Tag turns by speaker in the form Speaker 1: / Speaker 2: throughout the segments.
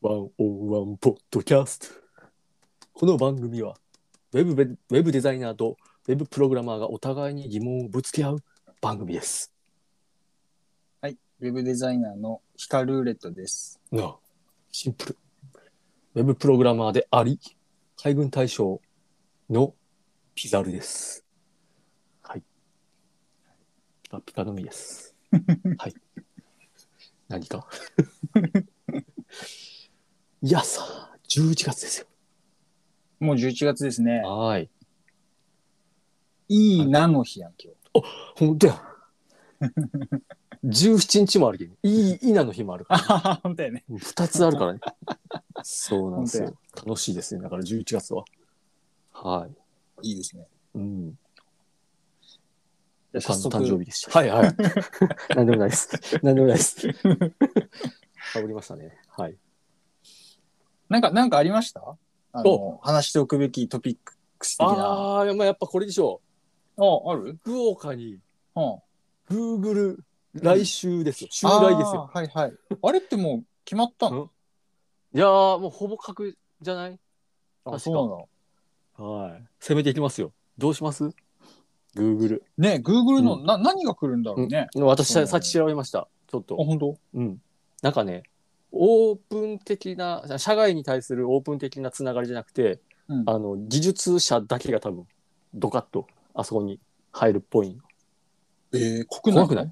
Speaker 1: ワンオンワンポッドキャスト。この番組はウェブベウェブデザイナーとウェブプログラマーがお互いに疑問をぶつけ合う番組です。
Speaker 2: はい。ウェブデザイナーのヒカルーレットです。
Speaker 1: なあ、シンプル。ウェブプログラマーであり、海軍大将のピザルです。はい。ピカピカのみ です。はい。何かいやさ、11月ですよ。
Speaker 2: もう11月ですね。
Speaker 1: はい。
Speaker 2: いいなの日やん、今
Speaker 1: ほんと や。17日もあるけど、いい、いいなの日もあるから。
Speaker 2: 日。本当やね。
Speaker 1: 2つあるからね。 そうなんです
Speaker 2: ほ
Speaker 1: よ。楽しいですね。だから11月は。はい
Speaker 2: いですね。
Speaker 1: い。うん。
Speaker 2: じゃあ
Speaker 1: おか
Speaker 2: 早
Speaker 1: んの
Speaker 2: 速、
Speaker 1: 誕生日でした。はいはい。 なんでもないです。なんでもないです。 かぶりましたね。はい。
Speaker 2: なんか、なんかありましたあの
Speaker 1: お、
Speaker 2: 話しておくべきトピックス的な。あ
Speaker 1: ああ、まあやっぱこれでしょ
Speaker 2: あ、ある
Speaker 1: う。福岡に
Speaker 2: うん。
Speaker 1: Google 来週ですよ。襲来ですよ。
Speaker 2: あーはいはい。あれってもう決まったの
Speaker 1: いやー、もうほぼ確じゃないうん
Speaker 2: あ、そうなの。
Speaker 1: はい。攻めていきますよ。どうします ?Google。
Speaker 2: ね、Google の、
Speaker 1: う
Speaker 2: な何が来るんだろうね。
Speaker 1: 私さ
Speaker 2: そうね
Speaker 1: さっき調べましたちょっ
Speaker 2: あ、
Speaker 1: と、
Speaker 2: 本当
Speaker 1: うん、なんかねオープン的な社外に対するオープン的なつながりじゃなくて
Speaker 2: うん。
Speaker 1: あの技術者だけが多分ドカッとあそこに入るっぽい
Speaker 2: えー、国内
Speaker 1: 怖くない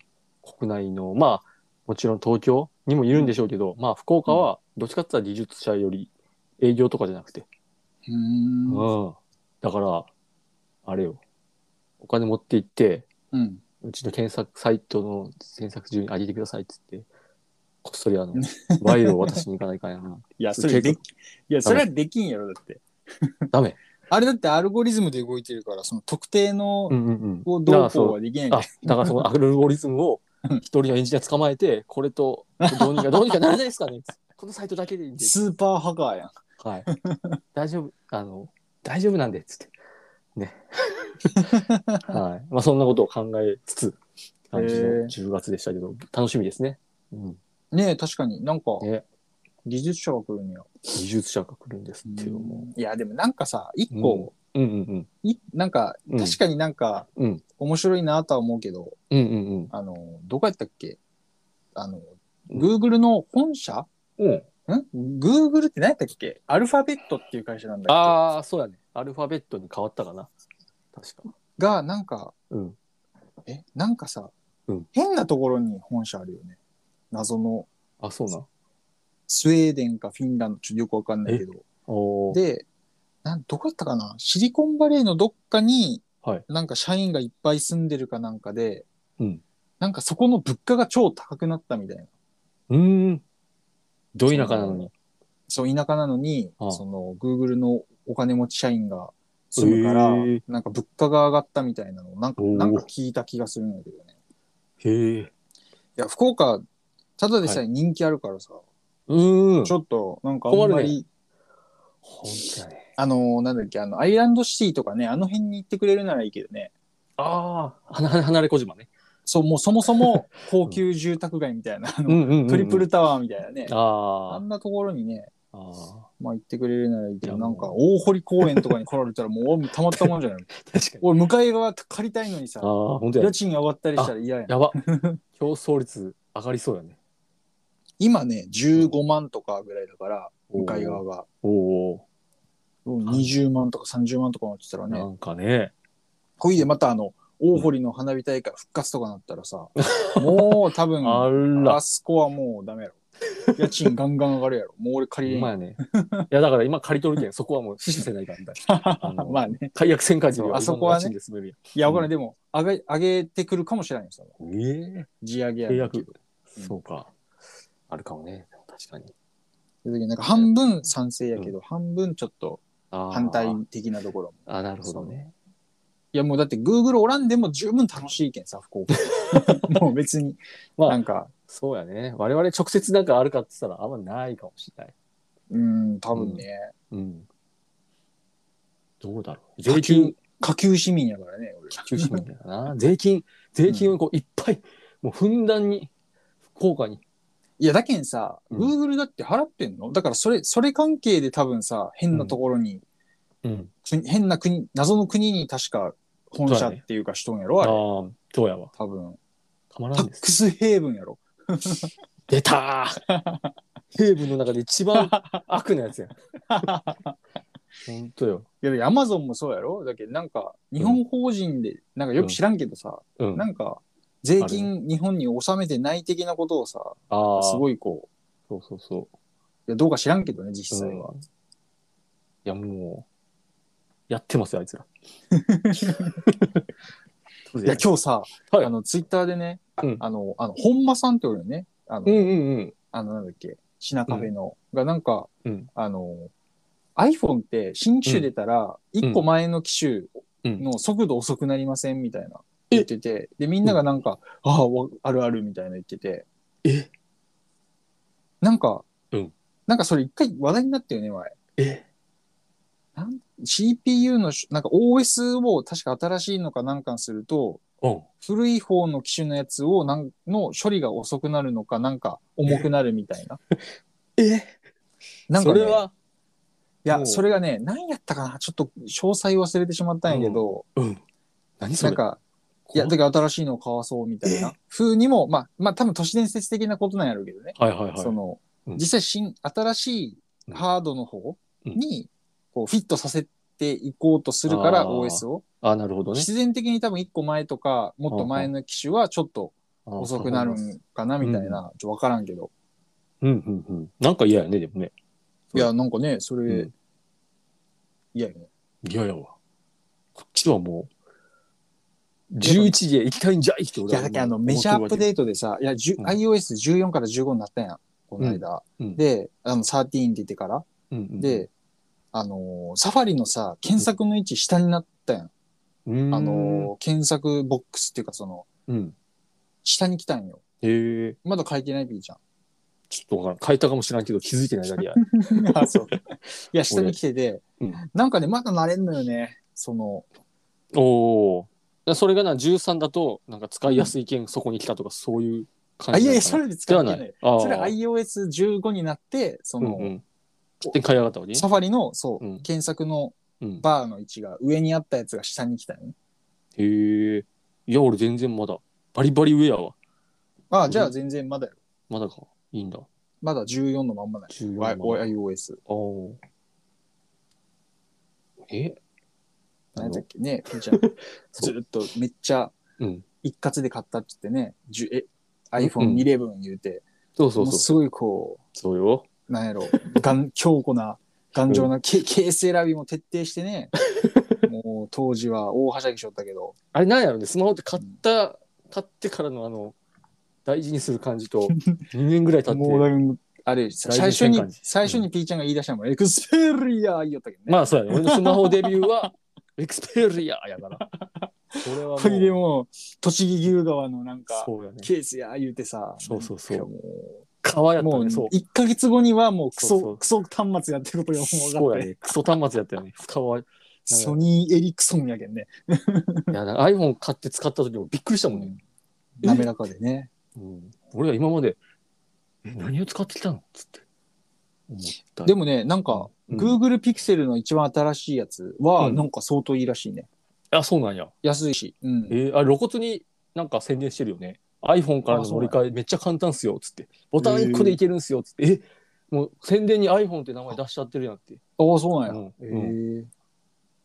Speaker 1: 国内のまあもちろん東京にもいるんでしょうけど、まあ福岡はどっちかって言ったら技術者より営業とかじゃなくて、
Speaker 2: うーん。
Speaker 1: うんだからあれよお金持って行って
Speaker 2: うん。
Speaker 1: うちの検索サイトの検索順に上げてくださいって言って、こっそりあの、賄賂を渡しに行かないかんや な。
Speaker 2: いや、
Speaker 1: そ
Speaker 2: そ
Speaker 1: れ
Speaker 2: れ
Speaker 1: で
Speaker 2: で
Speaker 1: き
Speaker 2: き、いや、それはできんやろ、だって。
Speaker 1: ダメ。
Speaker 2: あれだってアルゴリズムで動いてるから、その特定の
Speaker 1: うんうんう
Speaker 2: を
Speaker 1: ん。だか
Speaker 2: ど
Speaker 1: ら
Speaker 2: うこう
Speaker 1: そ
Speaker 2: は
Speaker 1: う、
Speaker 2: できないんだ
Speaker 1: あ
Speaker 2: よ、
Speaker 1: だからそのアルゴリズムを一人のエンジニア捕まえて、これとどうにか、どうにかならないですかね。このサイトだけでいいんで。
Speaker 2: スーパーハガーやん。
Speaker 1: はい。大丈夫、あの、大丈夫なんで、つって。 ね。はい。まあそんなことを考えつつ、感じの
Speaker 2: へえ
Speaker 1: 10月でしたけど、楽しみですね。うん。
Speaker 2: ねえ、確かになんか、
Speaker 1: ね
Speaker 2: 技術者が来るんや。
Speaker 1: 技術者が来るんですっていうも
Speaker 2: いや、でもなんかさ、一
Speaker 1: う。
Speaker 2: 個、
Speaker 1: うんうん
Speaker 2: いなんか、
Speaker 1: うん
Speaker 2: 確かになんか、
Speaker 1: うん。うん。
Speaker 2: 面白いなとは思うけど、
Speaker 1: うんうん
Speaker 2: あの、どこやったっけあの、
Speaker 1: うん
Speaker 2: Google の本社
Speaker 1: うん。うん。
Speaker 2: ん ?Google って何やったっけアルファベットっていう会社なんだっ
Speaker 1: ああ、そうやね。アルファベットに変わったかな。確か。
Speaker 2: けが、なんか、
Speaker 1: うん。
Speaker 2: え、なんかさ、
Speaker 1: うん
Speaker 2: 変なところに本社あるよね。謎の、
Speaker 1: あ、そうなん。
Speaker 2: スウェーデンかフィンランド、ちょっとよくわかんないけど。
Speaker 1: おお。
Speaker 2: で、なんどこだったかなシリコンバレーのどっかに、
Speaker 1: はい
Speaker 2: なんか社員がいっぱい住んでるかなんかで、
Speaker 1: うん
Speaker 2: なんかそこの物価が超高くなったみたいな。
Speaker 1: うーん。ど田舎なのに。
Speaker 2: そう、田舎なのに、
Speaker 1: ああ
Speaker 2: その、Google のお金持ち社員が住むから、
Speaker 1: へえ
Speaker 2: なんか物価が上がったみたいなのを、なんか、
Speaker 1: おお
Speaker 2: なんか聞いた気がするんだけどね。
Speaker 1: へえ。
Speaker 2: いや、福岡、ただでさえ人気あるからさ、
Speaker 1: うーん。
Speaker 2: ちょっと、なんかあん
Speaker 1: 困るね
Speaker 2: まり、
Speaker 1: ほんとやね。
Speaker 2: あの、なんだっけ、あの、アイランドシティとかね、あの辺に行ってくれるならいいけどね。
Speaker 1: ああ、はなはな離れ小島ね。
Speaker 2: そう、もうそも そも高級住宅街みたいな、あの
Speaker 1: んう
Speaker 2: トリプル。タワーみたいなね、あ
Speaker 1: あ
Speaker 2: んなところにね、
Speaker 1: あ。ああ。
Speaker 2: まあ行ってくれるならいいけ
Speaker 1: いや
Speaker 2: ど、
Speaker 1: も
Speaker 2: な
Speaker 1: うん
Speaker 2: か大堀公園とかに来られたらもう俺もたまったもんじ ゃない。
Speaker 1: 確かに。
Speaker 2: 俺、向かい側借りたいのにさ
Speaker 1: あ、あ、ほんとや
Speaker 2: 家
Speaker 1: ね。
Speaker 2: 賃上がったりしたら嫌やん。
Speaker 1: やば。競争率上がりそうやね。
Speaker 2: 今ね、15万とかぐらいだから、
Speaker 1: おー
Speaker 2: 向かい側が。
Speaker 1: おお。
Speaker 2: うん20万とか30万とかなってたら
Speaker 1: な
Speaker 2: ね、
Speaker 1: んかね。
Speaker 2: こいでまたあの、大堀の花火大会復活とかなった らさ、もう多分、
Speaker 1: あら
Speaker 2: あ。そこはもうダメやろ。家賃ガンガン上がるやろ。もう俺借りれん
Speaker 1: 今やね。いやだから今借り取るけん、そこはもう死守せないか んみたいな。あの
Speaker 2: まあね。
Speaker 1: 解約せんかじ
Speaker 2: そうあそこはね
Speaker 1: で住める
Speaker 2: いや、わからんない。でも、上げ、上げてくるかもしれないんですよ。
Speaker 1: やん。ええ。
Speaker 2: 地上げや
Speaker 1: 契
Speaker 2: け
Speaker 1: 約
Speaker 2: ど。、うん
Speaker 1: そうかあるかもね確かに
Speaker 2: そういう時になんか半分賛成やけど、半分ちょっと
Speaker 1: あー
Speaker 2: 反対的なところも。
Speaker 1: あなるほどね
Speaker 2: いや、もうだって Google おらんでも十分楽しいけんさ、福岡。 もう別に、
Speaker 1: まあ
Speaker 2: なんか、
Speaker 1: そうやね我々直接なんかあるかって言ったらあんまないかもしれない
Speaker 2: うん、多分ね、
Speaker 1: うんどうだろう
Speaker 2: 下
Speaker 1: 税
Speaker 2: 級
Speaker 1: 金、
Speaker 2: 下級市民やからね、俺ら。
Speaker 1: 中心みたい なな税金税金をこういっぱいもうふんだんに福岡に
Speaker 2: いや、だけんさ、
Speaker 1: う
Speaker 2: Google だって払ってんの、だからそれ、それ関係で多分さ、変なところに、
Speaker 1: うん。
Speaker 2: 国変な国、謎の国に確か本
Speaker 1: そ
Speaker 2: 社
Speaker 1: うだね
Speaker 2: っていうかしとんやろ
Speaker 1: ああ
Speaker 2: あれ、
Speaker 1: ー、そうやわ。
Speaker 2: 多分。
Speaker 1: たま
Speaker 2: タ
Speaker 1: らんで
Speaker 2: ッ
Speaker 1: す。
Speaker 2: クスヘイブンやろ
Speaker 1: 出たー ヘーブンの中で一番悪なやつや。 ほんとよ。
Speaker 2: いや、アマゾンもそうやろだけど、なんか、日本法人で、なんかよく知らんけどさ、
Speaker 1: うん。
Speaker 2: なんか、税金日本に納めてない的なことをさ、
Speaker 1: ああ、
Speaker 2: す
Speaker 1: い。
Speaker 2: ごいこ、
Speaker 1: そうそうそう
Speaker 2: いやどうか知らんけどね、実
Speaker 1: う。
Speaker 2: 際
Speaker 1: うんい
Speaker 2: は。
Speaker 1: や、もう、やってますよ、あい つら。
Speaker 2: いや、今日さ、
Speaker 1: はい
Speaker 2: あの、ツイッターでね、
Speaker 1: うん
Speaker 2: あの、あの、本間さんっておるよね、あの、
Speaker 1: うんうんうん。
Speaker 2: あの、なんだっけ、シナカフェの、がなんか、
Speaker 1: うん
Speaker 2: あの、iPhone って新機種出たら、一個前の機種の速度遅くなりませんみたいな言ってて、で、みんながなんか、ああ、わあるあるみたいな言ってて、
Speaker 1: え
Speaker 2: なんか、
Speaker 1: うん
Speaker 2: なんかそれ一回話題になったよね、前。
Speaker 1: え
Speaker 2: CPU のし、なんか OS を確か新しいのかなんかにすると、
Speaker 1: うん。
Speaker 2: 古い方の機種のやつをなんの処理が遅くなるのか、なんか重くなるみたいな。
Speaker 1: え
Speaker 2: なんか、
Speaker 1: そ
Speaker 2: ね、
Speaker 1: れは、
Speaker 2: いや
Speaker 1: も、う
Speaker 2: それがね、何やったかなちょっと詳細忘れてしまったんやけど、
Speaker 1: うん。何そ
Speaker 2: な
Speaker 1: れ
Speaker 2: んか、いや、だから新しいのを買わそうみたいな風にも、まあ、まあ多分都市伝説的なことなんやろうけどね。
Speaker 1: はいはいはい。
Speaker 2: その、
Speaker 1: うん
Speaker 2: 実際新、新しいハードの方に、こう、フィットさせていこうとするか
Speaker 1: あ
Speaker 2: ら、
Speaker 1: ー
Speaker 2: OS を。
Speaker 1: ああ、なるほどね。
Speaker 2: 必然的に多分一個前とか、もっと前の機種はちょっと
Speaker 1: あー
Speaker 2: 遅くなるんかなみたいな、ちょっとわからんけど。
Speaker 1: うんうんうん。なんか嫌やね、でもね。
Speaker 2: いや、なんかね、そうれ
Speaker 1: ん、
Speaker 2: いやいや
Speaker 1: 嫌やわ。こっちはもう、11時へ行きたいんじゃいって
Speaker 2: い
Speaker 1: 俺
Speaker 2: や、
Speaker 1: は思
Speaker 2: だけどあの、メジャーアップ
Speaker 1: ー
Speaker 2: デートでさ、いや、10
Speaker 1: うん
Speaker 2: iOS14 から15になったやん、この間。
Speaker 1: うんうん
Speaker 2: で、あの、13出てから。で、、あのーサファリのさ、検索の位置下になったやん。
Speaker 1: うん
Speaker 2: あのー検索ボックスっていうか、その、
Speaker 1: うん。
Speaker 2: 下に来たんよ。
Speaker 1: へえ、
Speaker 2: まだ書いてない B ちゃ
Speaker 1: ちょっとわからん。変えたかもしれんけど気づいてないだけ や。
Speaker 2: ん。あ、そう。いや、下に来てて、
Speaker 1: うん
Speaker 2: なんかね、まだ慣れんのよね。その、
Speaker 1: おお。それがな、13だと、なんか使いやすい件そこに来たとか、そういう感
Speaker 2: あ、
Speaker 1: じ
Speaker 2: い
Speaker 1: な
Speaker 2: や
Speaker 1: のかない
Speaker 2: や、それで
Speaker 1: で
Speaker 2: 使っ
Speaker 1: は
Speaker 2: て
Speaker 1: な
Speaker 2: ない。
Speaker 1: い。ああ。
Speaker 2: それ iOS15 になって、そ
Speaker 1: うん
Speaker 2: の、
Speaker 1: うん。勝手に買い上がったわけね
Speaker 2: サファリの、そう、
Speaker 1: うん
Speaker 2: 検索の
Speaker 1: うん。
Speaker 2: バーの位置が上にあったやつが下に来たよね。
Speaker 1: へえ。いや、俺全然まだ、バリバリ上やわ。
Speaker 2: あ
Speaker 1: う
Speaker 2: あ、
Speaker 1: ん
Speaker 2: じゃあ全然まだよ。
Speaker 1: まだか。いいんだ。
Speaker 2: まだ14のまんまだよ。
Speaker 1: 14のまんま
Speaker 2: Y- iOS。
Speaker 1: おお。え
Speaker 2: 何だっけね、ピーちゃ ん。
Speaker 1: そう
Speaker 2: ずっとめっちゃ
Speaker 1: うん。
Speaker 2: 一括で買ったって言ってね、じゅえ
Speaker 1: うん
Speaker 2: iPhone11 言うて、
Speaker 1: そうそう
Speaker 2: もう
Speaker 1: そう。
Speaker 2: すごいこ
Speaker 1: そうよ。
Speaker 2: う、なんやろ、 頑強固な、頑丈な、けケース選びも徹底してね、 もう当時は大はしゃぎしょったけど、
Speaker 1: あれなんやろね、スマホって買った、買ってからのあの、大事にする感じ と、2年ぐらい経っ
Speaker 2: もう
Speaker 1: て。
Speaker 2: だいぶあれ、最初に
Speaker 1: 転換、
Speaker 2: 最初にピーちゃんが言い出したのも、エクスペリア言いよったけどね。
Speaker 1: まあそうやね。俺のスマホデビュー は、エクスペリアやから。それはもう。
Speaker 2: これでもう、栃木牛川のなんか、
Speaker 1: そうやね。
Speaker 2: ケースや言うてさ、
Speaker 1: そうそうそう
Speaker 2: なんかもう
Speaker 1: 川やった
Speaker 2: もう
Speaker 1: ね。そう。
Speaker 2: 1ヶ月後にはもうク
Speaker 1: そうそ
Speaker 2: ソ、
Speaker 1: う
Speaker 2: クソ端末やってることがもう
Speaker 1: そ
Speaker 2: 分
Speaker 1: う
Speaker 2: かっ
Speaker 1: や
Speaker 2: て、
Speaker 1: ね。クソ端末やったよね。川。い
Speaker 2: ソニーエリクソンやけんね。
Speaker 1: や、なんか iPhone 買って使った時もびっくりしたもんね。え
Speaker 2: 滑らかでね。
Speaker 1: うん、俺は今まで、え、何を使ってきたのつって。思った
Speaker 2: でもね、なんか、
Speaker 1: うん
Speaker 2: Google Pixel の一番新しいやつは、
Speaker 1: うん
Speaker 2: なんか相当いいらしいね。
Speaker 1: あ、そうなんや。
Speaker 2: 安いし。うん。
Speaker 1: えーあ、露骨になんか宣伝してるよね。iPhone からの乗り換えめっちゃ簡単っすよ、つって。ボタン1個でいけるんすよ、つって。えもう宣伝に iPhone って名前出しちゃってるやんって。
Speaker 2: ああ、そうなんや。
Speaker 1: うん
Speaker 2: ええ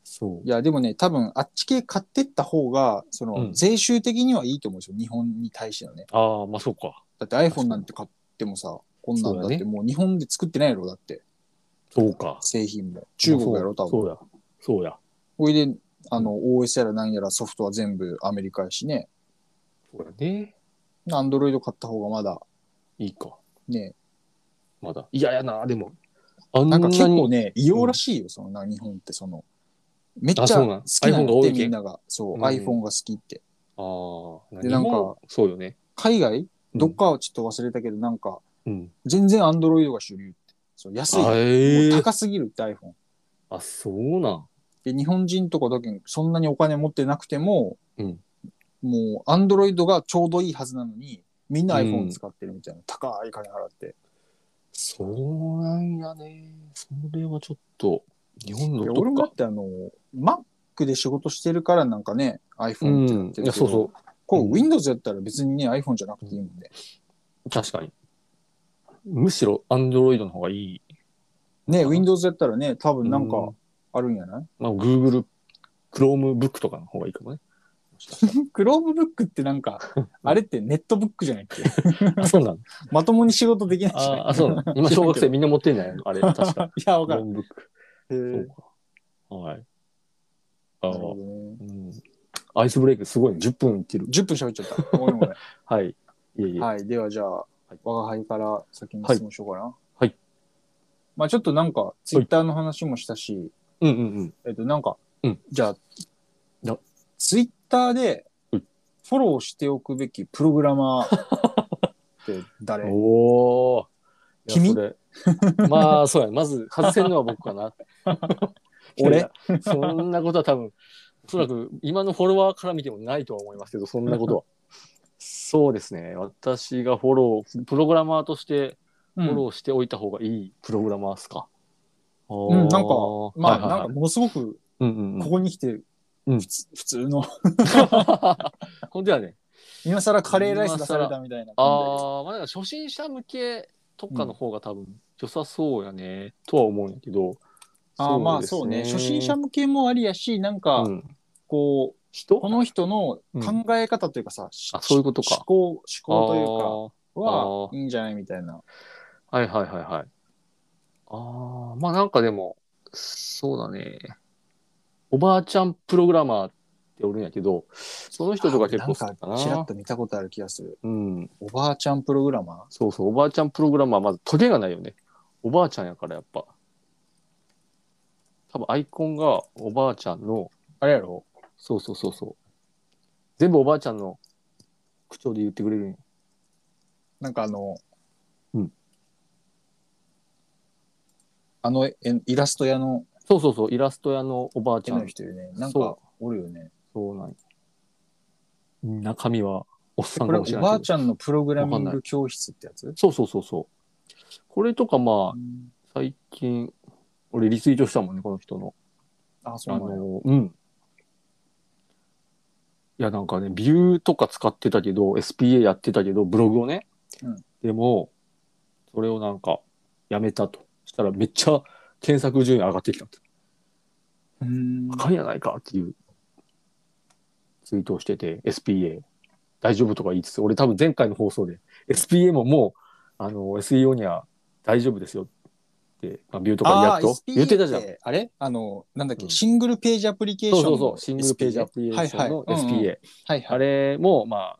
Speaker 1: そう
Speaker 2: い。や、でもね、多分、あっち系買ってった方が、その、
Speaker 1: うん
Speaker 2: 税収的にはいいと思うんですよ。日本に対してのね。
Speaker 1: ああ、まあそうか。
Speaker 2: だって iPhone なんて買ってもさ、こんなんだっ
Speaker 1: そうだ
Speaker 2: て
Speaker 1: ね
Speaker 2: もう日本で作ってないやろ、だって。
Speaker 1: そうか。
Speaker 2: 製品も。中国やろ、多分。
Speaker 1: そうや。そうや。
Speaker 2: ほいで、あの、OS やら何やらソフトは全部アメリカやしね。
Speaker 1: そうやね。
Speaker 2: アンドロイド買った方がまだ、
Speaker 1: いいか。
Speaker 2: ね。
Speaker 1: まだ。いややな、でも。あんな
Speaker 2: な
Speaker 1: ん
Speaker 2: か
Speaker 1: に
Speaker 2: 結構ね、異様らしいよ、そのな、日本ってその、めっちゃ
Speaker 1: あそうなん
Speaker 2: 好きなんだ
Speaker 1: iPhone が
Speaker 2: っ
Speaker 1: 多
Speaker 2: て
Speaker 1: いけん
Speaker 2: みんなが、そう、
Speaker 1: うん
Speaker 2: iPhone が好きって。
Speaker 1: ああ、
Speaker 2: でなんか
Speaker 1: 日本そうよね。
Speaker 2: 海外
Speaker 1: うん
Speaker 2: どっかはちょっと忘れたけど、なんか、
Speaker 1: うん。
Speaker 2: 全然アンドロイドが主流って。そう、安い。
Speaker 1: あ、
Speaker 2: も
Speaker 1: え
Speaker 2: う
Speaker 1: ー、
Speaker 2: 高すぎるって iPhone。
Speaker 1: あ、そうなん。
Speaker 2: で、日本人とかだけそんなにお金持ってなくても
Speaker 1: うん、
Speaker 2: もう、アンドロイドがちょうどいいはずなのに、みんな
Speaker 1: うん
Speaker 2: iPhone 使ってるみたいな、高い金払って
Speaker 1: そうなんやね。それはちょっと、日本
Speaker 2: いや
Speaker 1: の
Speaker 2: 俺
Speaker 1: どっ
Speaker 2: もだ
Speaker 1: か
Speaker 2: っ。てあの Mac で仕事してるからなんかね
Speaker 1: う
Speaker 2: iPhone 使
Speaker 1: ん
Speaker 2: っ。て
Speaker 1: い
Speaker 2: る
Speaker 1: や、
Speaker 2: け
Speaker 1: そ
Speaker 2: ど、
Speaker 1: うそ
Speaker 2: こ
Speaker 1: う
Speaker 2: うん Windows だったら別にね iPhone じゃなくていいもんね
Speaker 1: う。確かに。むしろ、アンドロイドの方がいい。
Speaker 2: ね
Speaker 1: うん
Speaker 2: Windows だったらね多分なん
Speaker 1: う
Speaker 2: かあるんやない、
Speaker 1: まあ、Google、Chromebook とかの方がいいかもね。もしかした
Speaker 2: Chromebook ってな んかあれってネットブックじゃないっけ
Speaker 1: らあ、そうなの
Speaker 2: まともに仕事できないじゃない
Speaker 1: ああ、そうなの今、小学生みんな持ってんじゃないのあれ、確か。
Speaker 2: いやわからん
Speaker 1: Chromebook。
Speaker 2: へー
Speaker 1: そうか。はい。ああ
Speaker 2: なる、ほどね
Speaker 1: うん。アイスブレイクすごいね。10分いってる。
Speaker 2: 10分喋っちゃった。ごめんごめん
Speaker 1: はい。いえ いえ。
Speaker 2: はい。ではじゃあ
Speaker 1: い、
Speaker 2: 我が輩から先に質問しようかな。
Speaker 1: はい。
Speaker 2: まあちょっとなんか、ツイッターの話もしたし、
Speaker 1: うんうんうん。
Speaker 2: えっとなんか、
Speaker 1: うん
Speaker 2: じゃあ
Speaker 1: な、
Speaker 2: ツイッターで
Speaker 1: う
Speaker 2: フ
Speaker 1: ん
Speaker 2: ォローしておくべきプログラマーって 誰
Speaker 1: おお。いや
Speaker 2: 君
Speaker 1: それ まあ、そうや。まず外せるのは僕か な。
Speaker 2: 俺
Speaker 1: いやいやそんなことは多分、おそらく今のフォロワーから見てもないとは思いますけど、そんなことは。 そうですね。私がフォロー、プログラマーとしてフ
Speaker 2: う
Speaker 1: ォロ
Speaker 2: ん、
Speaker 1: ーしておいた方がいいプログラマーですか。
Speaker 2: うんなんか
Speaker 1: おー
Speaker 2: まあ、
Speaker 1: はいはいはい
Speaker 2: なんかものすごく、
Speaker 1: うんうんうん
Speaker 2: ここに来て、
Speaker 1: うん
Speaker 2: 普通普通の、
Speaker 1: 本当やね。
Speaker 2: 今更カレーライス出されたみたいな感じで。
Speaker 1: ああ、まあ、なんか初心者向けとかの方が多分良さそうやね、とは思うんやけど。
Speaker 2: あーまあそうね。初心者向けもありやし、なんか、
Speaker 1: うん
Speaker 2: こう、
Speaker 1: 人
Speaker 2: この人の
Speaker 1: うん
Speaker 2: 考え方というかさ、し
Speaker 1: あそういうことか
Speaker 2: 思考、思考というか
Speaker 1: あー
Speaker 2: は、いいんじゃないみたいな。
Speaker 1: あーはいはいはいはい。ああ、まあなんかでも、そうだね。おばあちゃんプログラマーっておるんやけど、その人とか結構好
Speaker 2: なん
Speaker 1: きか
Speaker 2: か、
Speaker 1: な。
Speaker 2: ちらっと見たことある気がする。
Speaker 1: うん。
Speaker 2: おばあちゃんプログラマ
Speaker 1: そうそう、おばあちゃんプログラマー、まずトゲがないよね。おばあちゃんやからやっぱ。多分アイコンがおばあちゃんの、
Speaker 2: ーあれやろ
Speaker 1: そうそうそうそう。全部おばあちゃんの口調で言ってくれるんよ
Speaker 2: なんかあの、
Speaker 1: うん
Speaker 2: あのえイラスト屋の
Speaker 1: そうそうそう、イラスト屋のおばあち
Speaker 2: 絵
Speaker 1: ゃ
Speaker 2: の
Speaker 1: ん。
Speaker 2: 人よね。なん
Speaker 1: そ
Speaker 2: かおるよね。
Speaker 1: そうなんよ中身はおっさんか
Speaker 2: これ、
Speaker 1: も
Speaker 2: お
Speaker 1: しれ
Speaker 2: ば
Speaker 1: ない
Speaker 2: あ
Speaker 1: けど。
Speaker 2: ちゃんのプログラミ
Speaker 1: わ
Speaker 2: ン
Speaker 1: かんな
Speaker 2: グ教室ってやつ
Speaker 1: そうそうそうそう。これとかまあ、最近、俺リツイートしたもんね、この人の。
Speaker 2: あ、そ
Speaker 1: あ
Speaker 2: うなの。
Speaker 1: の、うん。いや、なんかね、ビューとか使ってたけど、SPA やってたけど、ブログをね。
Speaker 2: うん
Speaker 1: でも、それをなんか、やめたと。したら、めっちゃ検索順位上がってきたと。
Speaker 2: うん
Speaker 1: あかんやないかっていうツイートをしてて、SPA、大丈夫とか言いつつ、俺多分前回の放送で、SPA ももう、あの、SEO には大丈夫ですよって、まあ、ビューとか
Speaker 2: あ
Speaker 1: やっ
Speaker 2: ー
Speaker 1: と
Speaker 2: SPA
Speaker 1: 言ってたじゃん
Speaker 2: っ。てあれあの、なんだっけ、
Speaker 1: うん
Speaker 2: シングルページアプリケーショ
Speaker 1: そ
Speaker 2: ン
Speaker 1: うそうそう、
Speaker 2: の
Speaker 1: シングルページア
Speaker 2: SPA
Speaker 1: プリケーションの
Speaker 2: はいはい
Speaker 1: SPA。
Speaker 2: うんうんはいはい
Speaker 1: あ。れも、まあ、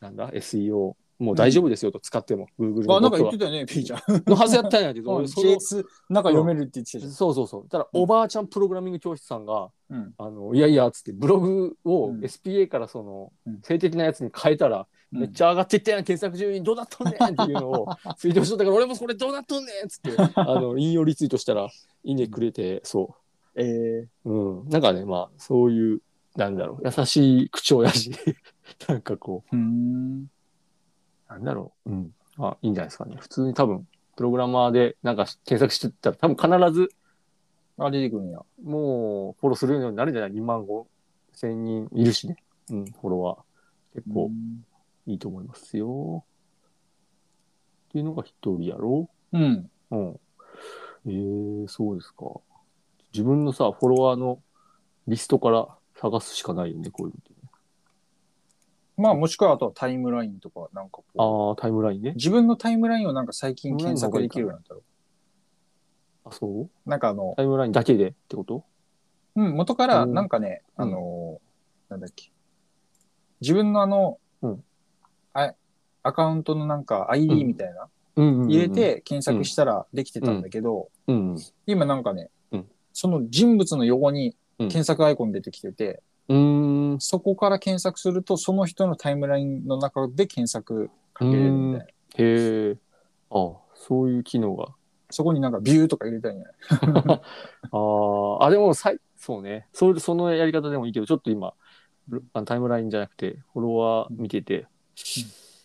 Speaker 1: なんだ、SEO、もう大丈夫ですよと使っても、Google
Speaker 2: あ、
Speaker 1: の
Speaker 2: なん
Speaker 1: ボ
Speaker 2: か
Speaker 1: ットは
Speaker 2: 言ってたよね、ピーちゃん。
Speaker 1: のはずやったんやけど、 俺その
Speaker 2: JS なんか読めるって言ってたじゃん。
Speaker 1: そうそうそう。ただ、
Speaker 2: うん
Speaker 1: おばあちゃんプログラミング教室さんが、
Speaker 2: うん
Speaker 1: あのいやいやっつってブログ
Speaker 2: う
Speaker 1: を
Speaker 2: ん
Speaker 1: SPA からその、
Speaker 2: うん
Speaker 1: 性的なやつに変えたら、めっちゃ上がっていったやん検索順位どうなっとんねんっていうの をツイートしとったから俺もこれどうなっとんねんっつって あの引用リツイートしたら「いいね」くれてそ
Speaker 2: えー
Speaker 1: う、うん、なんかねまあそういうなんだろう優しい口調やし なんかこ
Speaker 2: うーん。
Speaker 1: うなんだろう、うん、まあいいんじゃないですかね普通に多分プログラマーでなんか検索してったら多分必ず
Speaker 2: あ、出てくるんや。
Speaker 1: もうフォローするようになるんじゃない2万5千人いるしね、うん、フォロワー結構。いいと思いますよ。っていうのが一人やろ
Speaker 2: うん。
Speaker 1: うん。えー、そうですか。自分のさ、フォロワーのリストから探すしかないよね、こういう
Speaker 2: まあ、もしくはあとはタイムラインとか、なんかこ
Speaker 1: の。ああ、タイムラインね
Speaker 2: う。。自分のタイムラインをなんか最近検索できるようになったろ。
Speaker 1: あ、そう
Speaker 2: なんかあの、
Speaker 1: タイムラインだけでってこと
Speaker 2: うん、元からなんかね、
Speaker 1: うん
Speaker 2: あのー、なんだっけ。自分のあの
Speaker 1: うん、
Speaker 2: あアカウントのなんか ID みたいな、
Speaker 1: うんうん、
Speaker 2: 入れ、て検索したらできてたんだけど、
Speaker 1: うん。
Speaker 2: 今なんかね、
Speaker 1: うん
Speaker 2: その人物の横に検索アイコン出てきてて、
Speaker 1: うん。
Speaker 2: そこから検索すると、その人のタイムラインの中で検索かけれるみた
Speaker 1: へ
Speaker 2: いな。
Speaker 1: え。ああ、そういう機能が。
Speaker 2: そこになんかビューとか入れたいんじゃない
Speaker 1: あーあ、でもさい、そうねそれ。そのやり方でもいいけど、ちょっと今、ブロあのタイムラインじゃなくて、フォロワー見てて、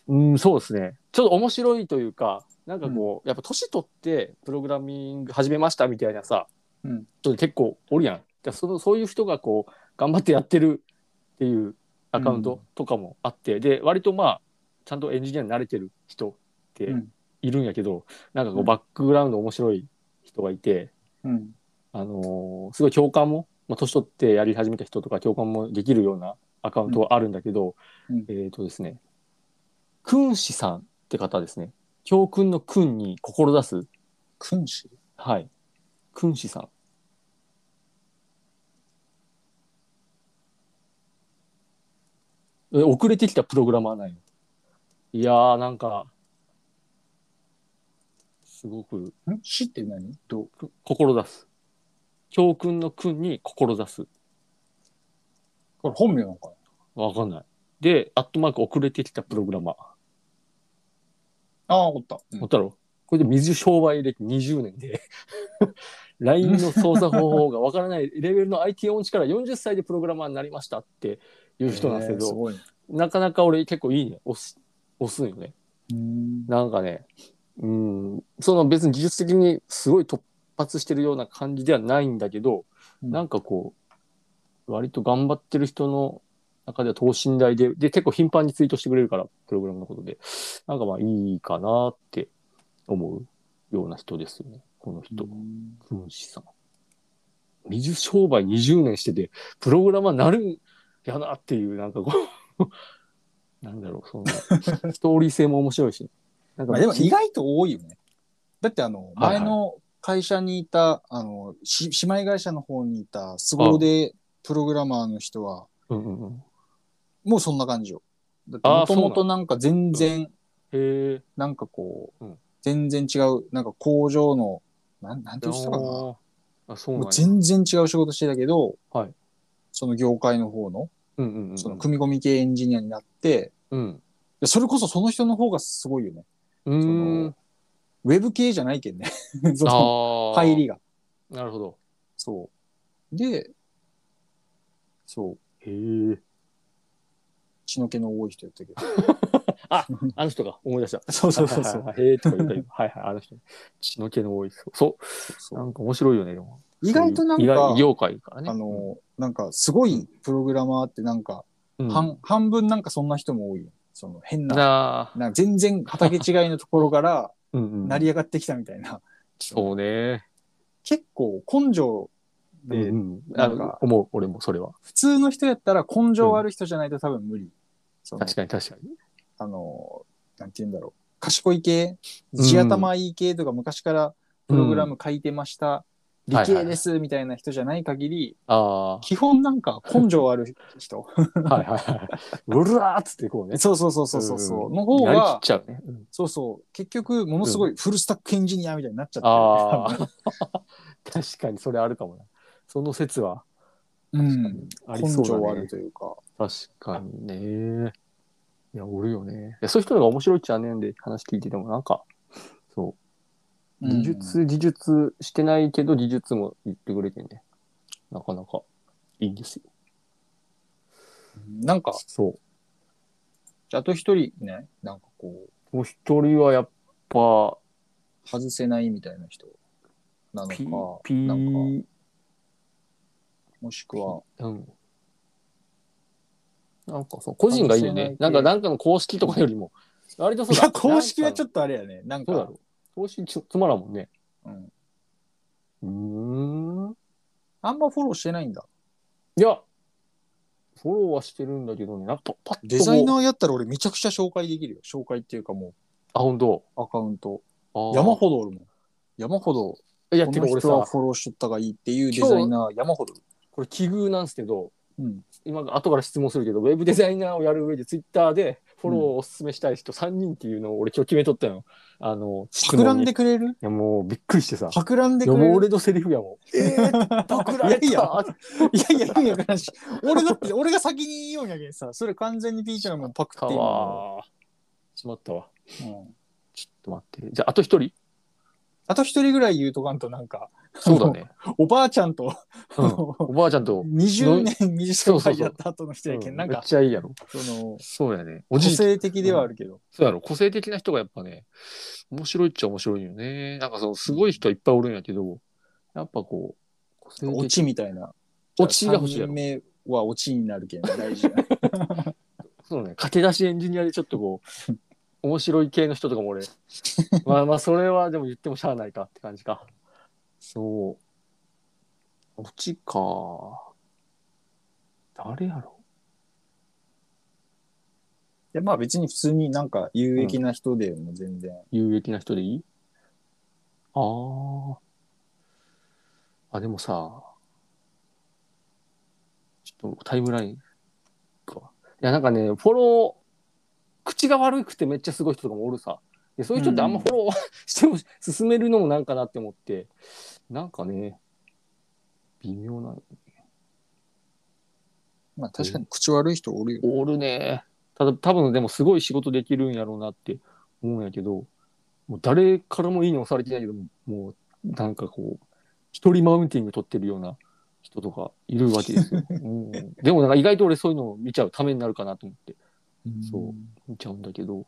Speaker 1: うん、そうですね。ちょっと面白いというか、なんかこう、やっぱ年取ってプログラミング始めましたみたいなさ、
Speaker 2: うん
Speaker 1: 人結構おるやん。だからそのそういう人がこう、頑張ってやってるっていうアカウン
Speaker 2: うん
Speaker 1: トとかもあって、で、割とまあ、ちゃんとエンジニアに慣れてる人って
Speaker 2: うん
Speaker 1: いるんやけど、なんかこ
Speaker 2: う
Speaker 1: う、
Speaker 2: ん
Speaker 1: バックグラウンド面白い人がいて、
Speaker 2: うん。
Speaker 1: あのーすごい共感も、まあ、年取ってやり始めた人とか共感もできるようなアカウントはあるんだけど、
Speaker 2: うん
Speaker 1: えっ、とですね、君子さんって方ですね。教訓の君に志す。
Speaker 2: 君子
Speaker 1: はい。君子さん。え遅れてきたプログラマーなんよ。いやー、なんか、すごく、
Speaker 2: ん死って何どう
Speaker 1: く志す。教訓の君に志す。
Speaker 2: これ本名なのか
Speaker 1: わかんない。で、アットマーク遅れてきたプログラマー。
Speaker 2: なああ、おった。うん
Speaker 1: ほったろこれで水商売歴20年で、LINE の操作方法がわからないレベルの IT 音痴から40歳でプログラマーになりましたっていう人なんですけ
Speaker 2: へーす
Speaker 1: ど、
Speaker 2: ごいね。
Speaker 1: なかなか俺結構いいね。押す、押すんよね。
Speaker 2: うん
Speaker 1: なんかね、うん、その別に技術的にすごい突発してるような感じではないんだけど、
Speaker 2: うん
Speaker 1: なんかこう、割と頑張ってる人の中では等身大で、で、結構頻繁にツイートしてくれるから、プログラムのことで、なんかまあいいかなって思うような人ですよね、この人。
Speaker 2: うん
Speaker 1: 君子さん。水商売20年してて、プログラマーなるんやなっていう、なんかこう、 なんだろう、その、ストーリー性も面白いし。なんか
Speaker 2: まあ、でも意外と多いよね。だってあの、
Speaker 1: はいはい
Speaker 2: 前の会社にいた、あの、し姉妹会社の方にいた、すご腕プログラマーの人は、
Speaker 1: うんうんうん、
Speaker 2: もうそんな感じよ。だって
Speaker 1: あ
Speaker 2: も
Speaker 1: ー
Speaker 2: ともとなんか全然、
Speaker 1: へえ。
Speaker 2: なんかこう、
Speaker 1: うん
Speaker 2: 全然違う、なんか工場の、なんなんて言ってたかな。も
Speaker 1: あ、そうなん
Speaker 2: う
Speaker 1: や
Speaker 2: 全然違う仕事してたけど、
Speaker 1: はい
Speaker 2: その業界の方の、
Speaker 1: うんうんうん
Speaker 2: その組み込み系エンジニアになって、
Speaker 1: うん。
Speaker 2: いやそれこそその人の方がすごいよね。
Speaker 1: う
Speaker 2: そ
Speaker 1: ーん
Speaker 2: の。ウェブ系じゃないけんね。 その
Speaker 1: ああ。
Speaker 2: 入りが。
Speaker 1: なるほど。
Speaker 2: そう。で、そう。
Speaker 1: へえ。
Speaker 2: 血の気の多い人やったけど。
Speaker 1: あの人が思い出した。
Speaker 2: そうそうそうそ
Speaker 1: は
Speaker 2: う。
Speaker 1: い はいはいへえとか言った今。はいはい、あの人。血の気の多い。そう。そうなんか面白いよね、でも。
Speaker 2: 意外となん
Speaker 1: 意外
Speaker 2: か、
Speaker 1: 妖怪からね。
Speaker 2: あの、なんかすごいプログラマーってなんか、
Speaker 1: うん、
Speaker 2: 半半分なんかそんな人も多いよ。その変な、
Speaker 1: なあ。
Speaker 2: なんか全然畑違いのところから
Speaker 1: うんうん
Speaker 2: 成り上がってきたみたいな。
Speaker 1: そうね。
Speaker 2: 結構根性
Speaker 1: う
Speaker 2: で、
Speaker 1: んうん。
Speaker 2: な
Speaker 1: あ
Speaker 2: んか
Speaker 1: の思う、俺もそれは。
Speaker 2: 普通の人やったら根性ある人じゃないと多分無理。その
Speaker 1: 確かに確かに。
Speaker 2: あの、なんて言うんだろう。賢い系、地頭いい系とか昔からプログラム書いてました、
Speaker 1: うん
Speaker 2: 理系ですみたいな人じゃない限り、
Speaker 1: あ
Speaker 2: 基本なんか根性ある人。
Speaker 1: あ。はいはいはい。 うるわーっつってこうね。
Speaker 2: そうそうそうそうそうそう、
Speaker 1: うん
Speaker 2: の方
Speaker 1: やりきっ
Speaker 2: が、
Speaker 1: ちゃうね。うん
Speaker 2: そうそう、結局ものすごいフルスタックエンジニアみたいになっちゃってる、
Speaker 1: ああ。 確かにそれあるかもな。その説は
Speaker 2: うん、
Speaker 1: ありそ
Speaker 2: 根
Speaker 1: うだ
Speaker 2: 性あ
Speaker 1: ね
Speaker 2: る。というか。
Speaker 1: 確かにね。いや、おるよね。いやそういう人のが面白いっちゃねんで話聞いてても、なんか、そう、技術、技術してないけど、技術も言ってくれてね。なかなかいいんですよ。
Speaker 2: うんなんか、
Speaker 1: そう。
Speaker 2: あと一人ね、なんかこう、
Speaker 1: もう一人はやっぱ、
Speaker 2: 外せないみたいな人なのか
Speaker 1: P、、
Speaker 2: なんか、
Speaker 1: P、
Speaker 2: もしくは、
Speaker 1: うん。なんかそう、個人がいいよね。なんか、なんかの公式とかよりも、割とそう
Speaker 2: い
Speaker 1: だ
Speaker 2: や、公式はちょ
Speaker 1: っ
Speaker 2: っとあれやね、なん
Speaker 1: そうだ
Speaker 2: か、
Speaker 1: ろう。公式ちょつまらんもんね。
Speaker 2: うん、
Speaker 1: うーん。
Speaker 2: あんまフォローしてないんだ。
Speaker 1: いや、フォローはしてるんだけどね、なんかパッと
Speaker 2: デザイ
Speaker 1: ー
Speaker 2: ナーやったら俺めちゃくちゃ紹介できるよ。紹介っていうかも
Speaker 1: あ、本当。
Speaker 2: うアカウント。
Speaker 1: あー
Speaker 2: 山ほどおるもん。山ほど、
Speaker 1: いや、
Speaker 2: こ
Speaker 1: て
Speaker 2: の
Speaker 1: か俺
Speaker 2: 人は
Speaker 1: さ、
Speaker 2: フォローしとったがいいっていうデザイナー山ほどおる。
Speaker 1: これ奇遇なんですけど、
Speaker 2: うん。
Speaker 1: 今、後から質問するけど、ウェブデザイナーをやる上で、ツイッターでフォローをおすすめしたい人3人っていうのを俺今日決めとったよ。あの、質
Speaker 2: 博
Speaker 1: 問
Speaker 2: 覧
Speaker 1: に
Speaker 2: で
Speaker 1: い
Speaker 2: くれる
Speaker 1: や、もうびっくりしてさ。
Speaker 2: 博覧で
Speaker 1: い
Speaker 2: く
Speaker 1: や、
Speaker 2: れ
Speaker 1: もう
Speaker 2: る
Speaker 1: 俺のセリフやもん。えー、パクられた
Speaker 2: いやいいやいや、意味わからんし。俺だって、俺が先に言うんやけんさ、それ完全にピーちゃんがもうパク
Speaker 1: か
Speaker 2: って今、
Speaker 1: わーしまったわ。
Speaker 2: うん。
Speaker 1: ちょっと待って。じゃあ、あと一人
Speaker 2: あと一人ぐらい言うとかんとなんか、
Speaker 1: そうだ ね。
Speaker 2: おばあちゃんと、
Speaker 1: うん
Speaker 2: あの
Speaker 1: おばあちゃん と、
Speaker 2: 20年ミュージシャン
Speaker 1: そうそう
Speaker 2: 会
Speaker 1: そう
Speaker 2: やった後の人やけ、
Speaker 1: うんん
Speaker 2: なん
Speaker 1: めっ
Speaker 2: か、
Speaker 1: ちゃいいやろ。
Speaker 2: その、
Speaker 1: そうやね。お
Speaker 2: 個
Speaker 1: じいちゃん、
Speaker 2: 性的ではあるけど。
Speaker 1: そうやろ。個性的な人がやっぱね、面白いっちゃ面白いよね。なんかその、すごい人はいっぱいおるんやけど、やっぱこう、個性的
Speaker 2: オチみたいな。
Speaker 1: オチが欲しいや
Speaker 2: 3
Speaker 1: ろ
Speaker 2: 人。目はオチになる けん、大事な。
Speaker 1: そうね、駆け出しエンジニアでちょっとこう、 面白い系の人とか も俺、まあまあ、それはでも言ってもしゃあないかって感じか。そう。オチか。誰やろ
Speaker 2: でまあ別に普通になんか有益な人でも全然。
Speaker 1: 有益な人でいいあー。あ、でもさ、ちょっとタイムラインか。いや、なんかね、フォロー、口が悪くてめっちゃすごい人とかもおるさ。でそういう人ってあんまフォロー しても、進めるのもなんかなって思って、なんかね、微妙な。
Speaker 2: まあ確かに口悪い人おるよ。
Speaker 1: おるね。ただ、多分でもすごい仕事できるんやろうなって思うんやけど、もう誰からもいいね押されてないけど、もうなんかこう、一人マウンティング取ってるような人とかいるわけですよ。うん、でもなんか意外と俺そういうのを見ちゃうためになるかなと思ってそう見ちゃうんだけど、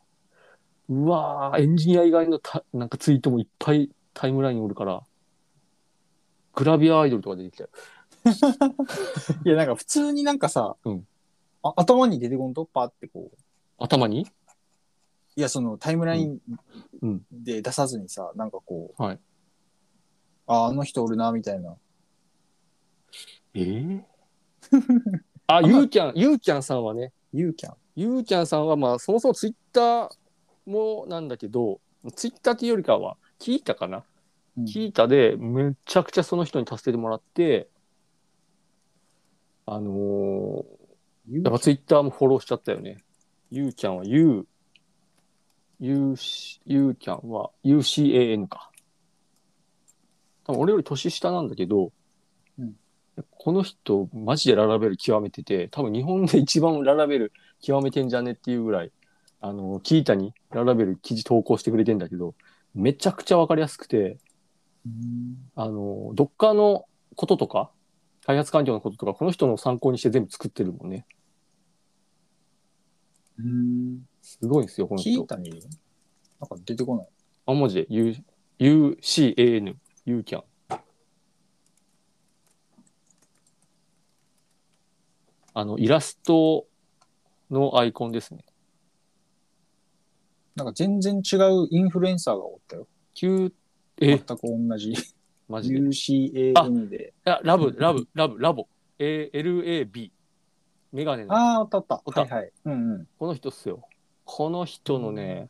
Speaker 1: うわー、エンジニア以外のたなんかツイートもいっぱいタイムラインにおるから、グラビアアイドルとか出てきちゃう。
Speaker 2: いやなんか普通になんかさ、
Speaker 1: うん
Speaker 2: あ頭に出てこんとパってこう。
Speaker 1: 頭に
Speaker 2: いやそのタイムライン
Speaker 1: うんうん
Speaker 2: で出さずにさ、なんかこう、
Speaker 1: はい
Speaker 2: ああの人おるなみたいな。
Speaker 1: ええあ、ゆうちゃん、ゆうちゃんさんはね、
Speaker 2: ユーキャン。
Speaker 1: ゆうちゃんさんはまあそもそもツイッターもなんだけどツイッターっていうよりかはキータかな、
Speaker 2: うん
Speaker 1: キータでめちゃくちゃその人に助けてもらってあのー
Speaker 2: ユー
Speaker 1: やっぱツイッターもフォローしちゃったよねゆうちゃんはゆうゆうしゆうちゃんは UCAN か多分俺より年下なんだけど、
Speaker 2: うん
Speaker 1: この人マジでララベル極めてて多分日本で一番ララベル極めてんじゃねっていうぐらい、あの、キータにララベル記事投稿してくれてんだけど、めちゃくちゃわかりやすくて、
Speaker 2: うん
Speaker 1: あの、どっかのこととか、開発環境のこととか、この人の参考にして全部作ってるもんね。すごいんですよ、この
Speaker 2: キー
Speaker 1: 人。
Speaker 2: タにいるなんか出てこない。
Speaker 1: あ、文字で U、UCAN、UCAN。あの、イラストのアイコンですね。
Speaker 2: なんか全然違うインフルエンサーがおったよ。
Speaker 1: Q、
Speaker 2: 全
Speaker 1: え
Speaker 2: く、同じ。
Speaker 1: マジで。
Speaker 2: UCAN で。
Speaker 1: いや、ラブ、ラブ、ラブ、ラボ。A、LAB。メガネの。
Speaker 2: ああ、おったおった。
Speaker 1: おった
Speaker 2: はいはい。うんうん。
Speaker 1: この人っすよ。この人のね、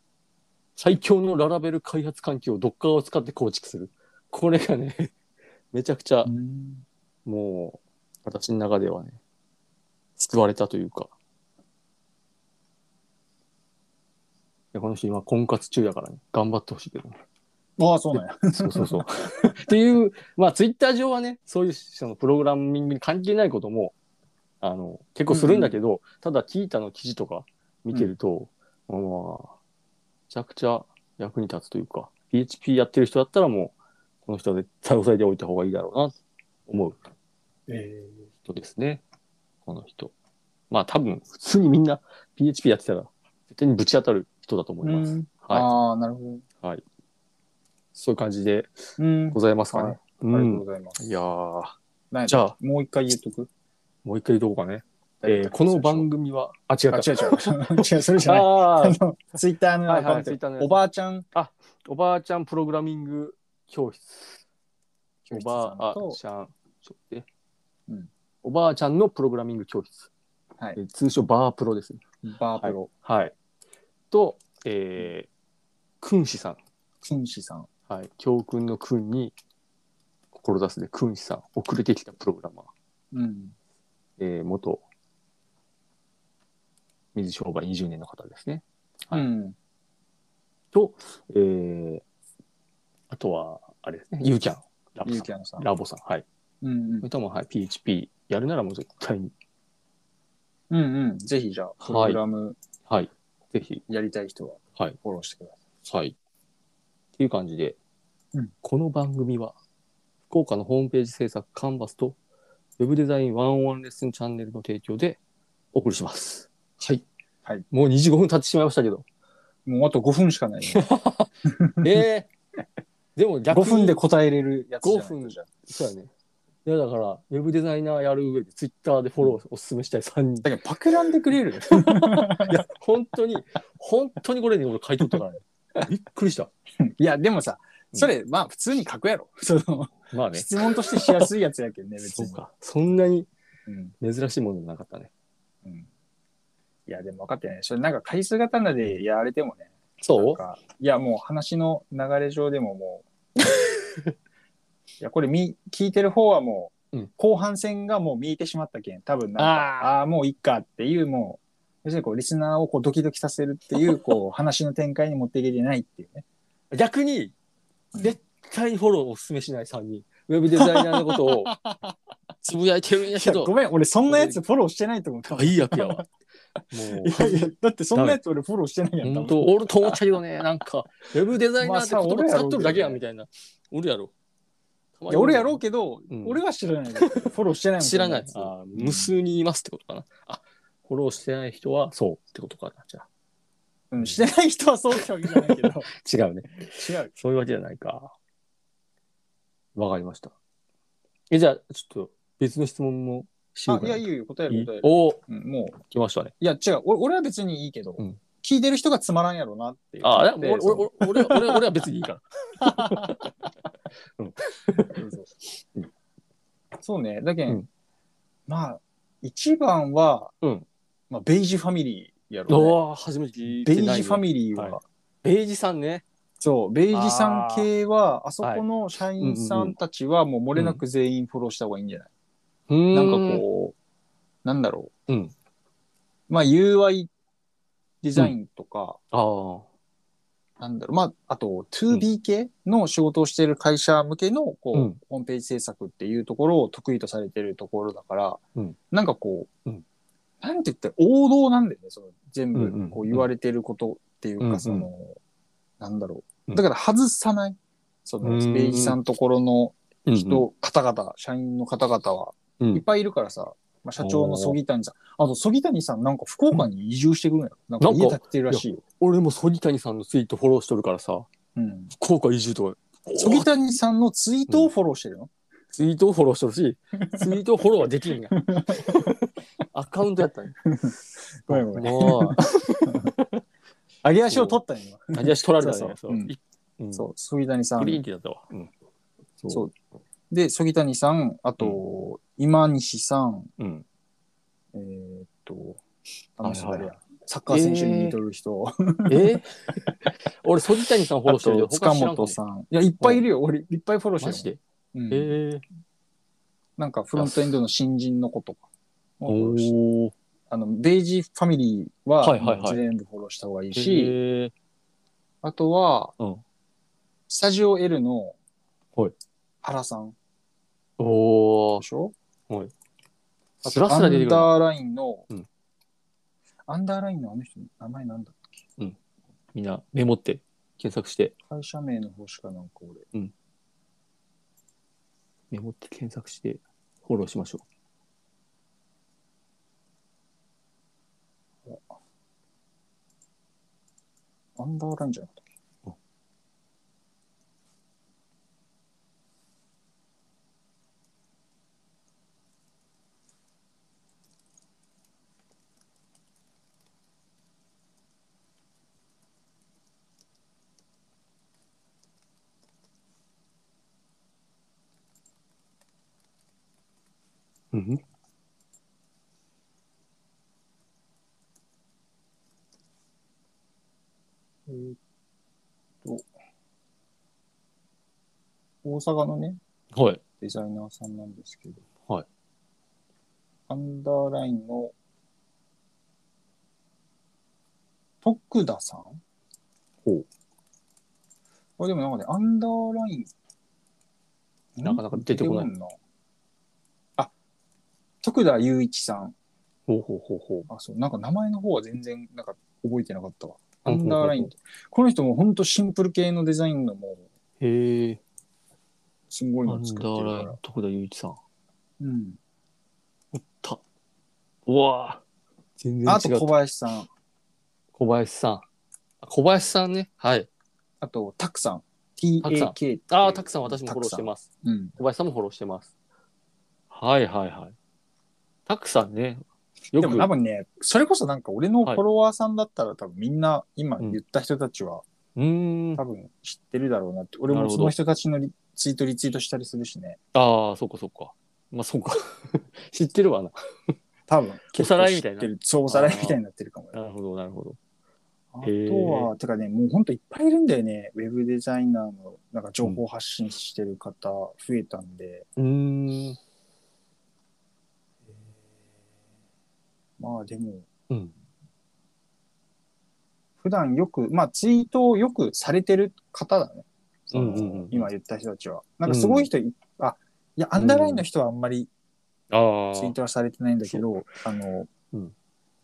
Speaker 1: 最強のララベル開発環境を Docker を使って構築する。これがね、 めちゃくちゃ、もう、私の中ではね、救われたというか。いやこの人今婚活中やからね、頑張ってほしいけどね。
Speaker 2: ああ、そうなんや。
Speaker 1: そうそうそう。 っていう、まあ、ツイッター上はね、そういうそのプログラミングに関係ないことも、あの、結構するんだけど、ただ、キータの記事とか見てると、まあ、めちゃくちゃ役に立つというか、PHP やってる人だったらもう、この人は絶対押さえておいた方がいいだろうな、と思う
Speaker 2: え
Speaker 1: 人ですね。この人。まあ、多分、普通にみんな PHP やってたら、絶対にぶち当たる人だと思います。
Speaker 2: うん
Speaker 1: はい。
Speaker 2: ああ、なるほ
Speaker 1: そういう感じで
Speaker 2: ど。うん。あ
Speaker 1: ございますかね。
Speaker 2: はいり
Speaker 1: う
Speaker 2: がとうんご。ざいます。
Speaker 1: いやー。
Speaker 2: 何や
Speaker 1: じゃあ、
Speaker 2: もう一回言っとく。
Speaker 1: もう一回言うとこうかね。えーこの番組は、あ、違
Speaker 2: あ、
Speaker 1: っ
Speaker 2: 違
Speaker 1: た。
Speaker 2: う違 う。違う、それじゃない。
Speaker 1: あ
Speaker 2: あ
Speaker 1: ー
Speaker 2: の、ツイッターのアカウン
Speaker 1: はいはい Twitter のや
Speaker 2: ト。
Speaker 1: つ
Speaker 2: おばあちゃん、
Speaker 1: おばあちゃんプログラミング教室。おばあ
Speaker 2: と、
Speaker 1: ちゃん、ちょっと待って
Speaker 2: うん
Speaker 1: おばあちゃんのプログラミング教室。
Speaker 2: はい
Speaker 1: えー通称バープロですね。
Speaker 2: バープロ、
Speaker 1: はい。と、えー、君子さん。
Speaker 2: 君子さん。
Speaker 1: はい。教訓の君に、志すで君子さん。遅れてきたプログラマー。
Speaker 2: うん。
Speaker 1: えー、元、水商売20年の方ですね。
Speaker 2: う
Speaker 1: はい
Speaker 2: ん。
Speaker 1: と、えー、あとは、あれですね、ゆうちゃん、ラボ
Speaker 2: ゆ
Speaker 1: さ。
Speaker 2: うんきゃんさん。
Speaker 1: ラボさん、はい。
Speaker 2: うんうん
Speaker 1: それとも、はい、PHP やるならもう絶対に、
Speaker 2: うんうん。ぜひじゃあ、プログラム
Speaker 1: はい、ぜひ、
Speaker 2: やりたい人は、
Speaker 1: はい
Speaker 2: フォローしてください。
Speaker 1: はい。っていう感じで、
Speaker 2: うん
Speaker 1: この番組は、福岡のホームページ制作カンバスと、ウェブデザインワンオンワンレッスンチャンネルの提供でお送りします。はい。
Speaker 2: はい、
Speaker 1: もう25分経ってしまいましたけ ど。
Speaker 2: もうあと5分しかない、ね。
Speaker 1: えー、でも逆
Speaker 2: 5
Speaker 1: に
Speaker 2: 分で答えれるやつじゃない
Speaker 1: 5分
Speaker 2: じゃあ
Speaker 1: そうやね。いやだから、ウェブデザイナーやる上で、ツイッターでフォローおすすめしたい3人。
Speaker 2: だからパクらんでくれる
Speaker 1: いや、本当に、本当にこれに俺書いとったからね。びっくりした。
Speaker 2: いや、でもさ、それ、まあ普通に書くやろ。 その、
Speaker 1: まあね。
Speaker 2: 質問としてしやすいやつやけん ね、別
Speaker 1: そ
Speaker 2: に。
Speaker 1: うか。そんなに
Speaker 2: うん
Speaker 1: 珍しいものじゃなかったね。
Speaker 2: うんいや、でも分かってない。それなんか回数刀でやられてもね、
Speaker 1: そ
Speaker 2: なんかいや、もう話の流れ上でもも う、いや、これみ聞いてる方はもう、
Speaker 1: うん
Speaker 2: 後半戦がもう見えてしまったけん、多分なんか、
Speaker 1: あ
Speaker 2: ああー、もういっかっていう、もう、要するにこう、リスナーをこうドキドキさせるっていう、こう、話の展開に持っていけてないっていうね。
Speaker 1: う逆に、
Speaker 2: うん
Speaker 1: 絶対フォローおすすめしない3人。ウェブデザイナーのこと をつぶやいてるんや
Speaker 2: い
Speaker 1: け
Speaker 2: や
Speaker 1: ど
Speaker 2: ご、めん、俺そんなやつフォローしてないと思った。い
Speaker 1: 最悪やわ。もう。
Speaker 2: やいや、だってそんなやつ俺フォローしてないやん。
Speaker 1: 本
Speaker 2: 多分
Speaker 1: 当おると思っちゃうよね。なんか、ウェブデザイナーって言葉使っとるだけやんみたいな。おるやろ。たま
Speaker 2: い
Speaker 1: に
Speaker 2: や俺やろうけど、
Speaker 1: うん
Speaker 2: 俺は知らない。フォローしてないもん
Speaker 1: 知らない。
Speaker 2: そんや
Speaker 1: あー無数にいますってことかな。あ、フォローしてない人はそうってことかな。じゃあ。
Speaker 2: つうん、してない人はそうってわけじゃないけど。
Speaker 1: 違うね。
Speaker 2: 違う。
Speaker 1: そういうわけじゃないか。わかりました。え、じゃあ、ちょっと別の質問もしよう
Speaker 2: あ、
Speaker 1: か
Speaker 2: い
Speaker 1: な。
Speaker 2: や、いいよ、答え
Speaker 1: い
Speaker 2: る
Speaker 1: い
Speaker 2: 答える。
Speaker 1: おー
Speaker 2: うん、もう、
Speaker 1: 来ましたね。
Speaker 2: いや、違う、俺俺は別にいいけど、
Speaker 1: うん
Speaker 2: 聞いてる人がつまらんやろなっていう。
Speaker 1: あー、
Speaker 2: で
Speaker 1: でも俺俺俺俺俺俺は別にいい から。
Speaker 2: そうそう
Speaker 1: う
Speaker 2: そうね、だけん、
Speaker 1: うん
Speaker 2: まあ、一番は、
Speaker 1: うん
Speaker 2: まあ、ベイジファミリーやろ、ね。
Speaker 1: おお、初めて聞い
Speaker 2: ベ
Speaker 1: て
Speaker 2: イ
Speaker 1: ない
Speaker 2: ジ
Speaker 1: よ
Speaker 2: ファミリーは、
Speaker 1: はいベイジさんね。
Speaker 2: そう、ベイジさん系は、あそこの社員さんたちはもう漏れなく全員フォローした方がいいんじゃない、
Speaker 1: な
Speaker 2: なんかこう、なんだろう。
Speaker 1: うん
Speaker 2: まあ、UI デザインとか、
Speaker 1: あ
Speaker 2: なんだろう、まあ、あと 2B 系の仕事をしている会社向けの、こう、
Speaker 1: うん
Speaker 2: ホームページ制作っていうところを得意とされてるところだから、
Speaker 1: うん
Speaker 2: なんかこう、
Speaker 1: うん
Speaker 2: なんて言って王道なんだよね、その
Speaker 1: う
Speaker 2: 全
Speaker 1: んうんう
Speaker 2: 部
Speaker 1: ん
Speaker 2: こう言われてることっていうか、
Speaker 1: うんうん
Speaker 2: その、なんだろ
Speaker 1: う
Speaker 2: う。
Speaker 1: ん
Speaker 2: だから外さない。そ
Speaker 1: うんう
Speaker 2: の、
Speaker 1: ん
Speaker 2: スペイジさんところの
Speaker 1: あ。
Speaker 2: 人、方々、社員の方々は
Speaker 1: うんうん
Speaker 2: いっぱいいるからさ、まあ、社長の曽木谷さん。あと、曽木谷さんなんか福岡に移住してくるんやろ。なんか
Speaker 1: なんか
Speaker 2: 家建ててるらしいよ。
Speaker 1: 俺もソニタニさんのツイートフォローしとるからさ、
Speaker 2: うん。
Speaker 1: 福岡移住とか、
Speaker 2: 曽木谷さんのツイートをフォローしてるの、
Speaker 1: ツイートをフォローしとる し、ツイートをフォローはで きんや。アカウントやったね。
Speaker 2: ごめんごめん
Speaker 1: も
Speaker 2: 上げ足を取ったんよ。
Speaker 1: う、何足取られたね。
Speaker 2: そうそううん
Speaker 1: いうん
Speaker 2: そう、杉谷さ
Speaker 1: グリーン
Speaker 2: ん。
Speaker 1: ティーだったわ。うん。
Speaker 2: そうう。で、杉谷さん、あと、今西さん、
Speaker 1: うん。
Speaker 2: えーっと、あの人
Speaker 1: はい
Speaker 2: 誰
Speaker 1: はい
Speaker 2: や、サッカー選手に似とる人、
Speaker 1: え 俺、ソニタニさんフォロ
Speaker 2: あ
Speaker 1: ーしてるけ
Speaker 2: と、
Speaker 1: ど、
Speaker 2: 塚
Speaker 1: 他知らんか
Speaker 2: 本
Speaker 1: も
Speaker 2: さん。いや、いっぱいいるよ。俺、いっぱいフォローして
Speaker 1: マ
Speaker 2: る。
Speaker 1: ジで
Speaker 2: うん
Speaker 1: えー
Speaker 2: なんか、フロントエンドの新人の子とか。
Speaker 1: お
Speaker 2: フォローして
Speaker 1: ー
Speaker 2: あの、ベイジファミリーは、
Speaker 1: はいはいはい
Speaker 2: 全部フォローした方がいい
Speaker 1: え
Speaker 2: し、
Speaker 1: ー
Speaker 2: あとは、
Speaker 1: うん
Speaker 2: スタジオ L の
Speaker 1: はい
Speaker 2: 原さん
Speaker 1: お
Speaker 2: でしょ
Speaker 1: はい
Speaker 2: あと
Speaker 1: スラスラ出てくる
Speaker 2: アンダーラインの、
Speaker 1: うん
Speaker 2: アンダーラインのあの人、名前なんだ
Speaker 1: みんなメモって検索して、
Speaker 2: 会社名の方しかなんか俺。
Speaker 1: メモって検索してフォローしましょ
Speaker 2: アンダーラインじゃなかったっけ
Speaker 1: う。うん
Speaker 2: えーっと、大阪のね、
Speaker 1: はい。
Speaker 2: デザイナーさんなんですけど。
Speaker 1: はい。
Speaker 2: アンダーラインの、徳田さん
Speaker 1: ほう
Speaker 2: これでもなんかね、アンダーライン。
Speaker 1: なかなか出てこない
Speaker 2: 出てこんあ、徳田雄一さん。
Speaker 1: ほうほうほうほう。
Speaker 2: あ、そう、なんか名前の方は全然、なんか覚えてなかったわ。ア
Speaker 1: ほうほうほう
Speaker 2: ンダーラインって。この人もほんとシンプル系のデザインのもう、
Speaker 1: へえ。
Speaker 2: すんごい
Speaker 1: アン
Speaker 2: の
Speaker 1: ダ
Speaker 2: 作って
Speaker 1: ー
Speaker 2: る
Speaker 1: ラ
Speaker 2: か
Speaker 1: イン
Speaker 2: ら。
Speaker 1: 徳田祐一さん。
Speaker 2: うん。
Speaker 1: うわあ全然違
Speaker 2: あ
Speaker 1: う
Speaker 2: と小林さん、
Speaker 1: 小林さん。あ小林さんね。はい。
Speaker 2: あとタクさん。
Speaker 1: 拓さん
Speaker 2: TAK。
Speaker 1: ああ、たくさん私もフォローして
Speaker 2: す。
Speaker 1: ます。
Speaker 2: うん。
Speaker 1: 小林さんもフォローしてます。はいはいはい。たくさんね。よ
Speaker 2: で
Speaker 1: く。
Speaker 2: も多分ね、それこそなんか俺のフ
Speaker 1: はい
Speaker 2: ォロワーさんだったら多分みんな今言った人たちは
Speaker 1: うーん。
Speaker 2: 多分知ってるだろうなって。俺
Speaker 1: なる
Speaker 2: も
Speaker 1: ほ
Speaker 2: そ
Speaker 1: ど
Speaker 2: の人たちのリツイートリツイートしたりするしね。
Speaker 1: ああ、そうかそうか。まあそうか。 知ってるわな。
Speaker 2: 多分。
Speaker 1: おさらいみたいな
Speaker 2: 結構知ってるそう、おさらいみたいになってるかもよ
Speaker 1: なるほど、なるほど。
Speaker 2: あ
Speaker 1: へー
Speaker 2: とは、てかね、もう本当いっぱいいるんだよね。ウェブデザイナーの、なんか情報発信してる方、増えたんで、
Speaker 1: うーん。
Speaker 2: まあでも、
Speaker 1: うん。
Speaker 2: 普段よく、まあツイートをよくされてる方だね。その
Speaker 1: うんうんうん
Speaker 2: 今言った人たちは。なんかすごい人い、あ、いや、アンダーラインの人はあんまり
Speaker 1: ああ。
Speaker 2: ツイートはされてないんだけど、あの、
Speaker 1: うん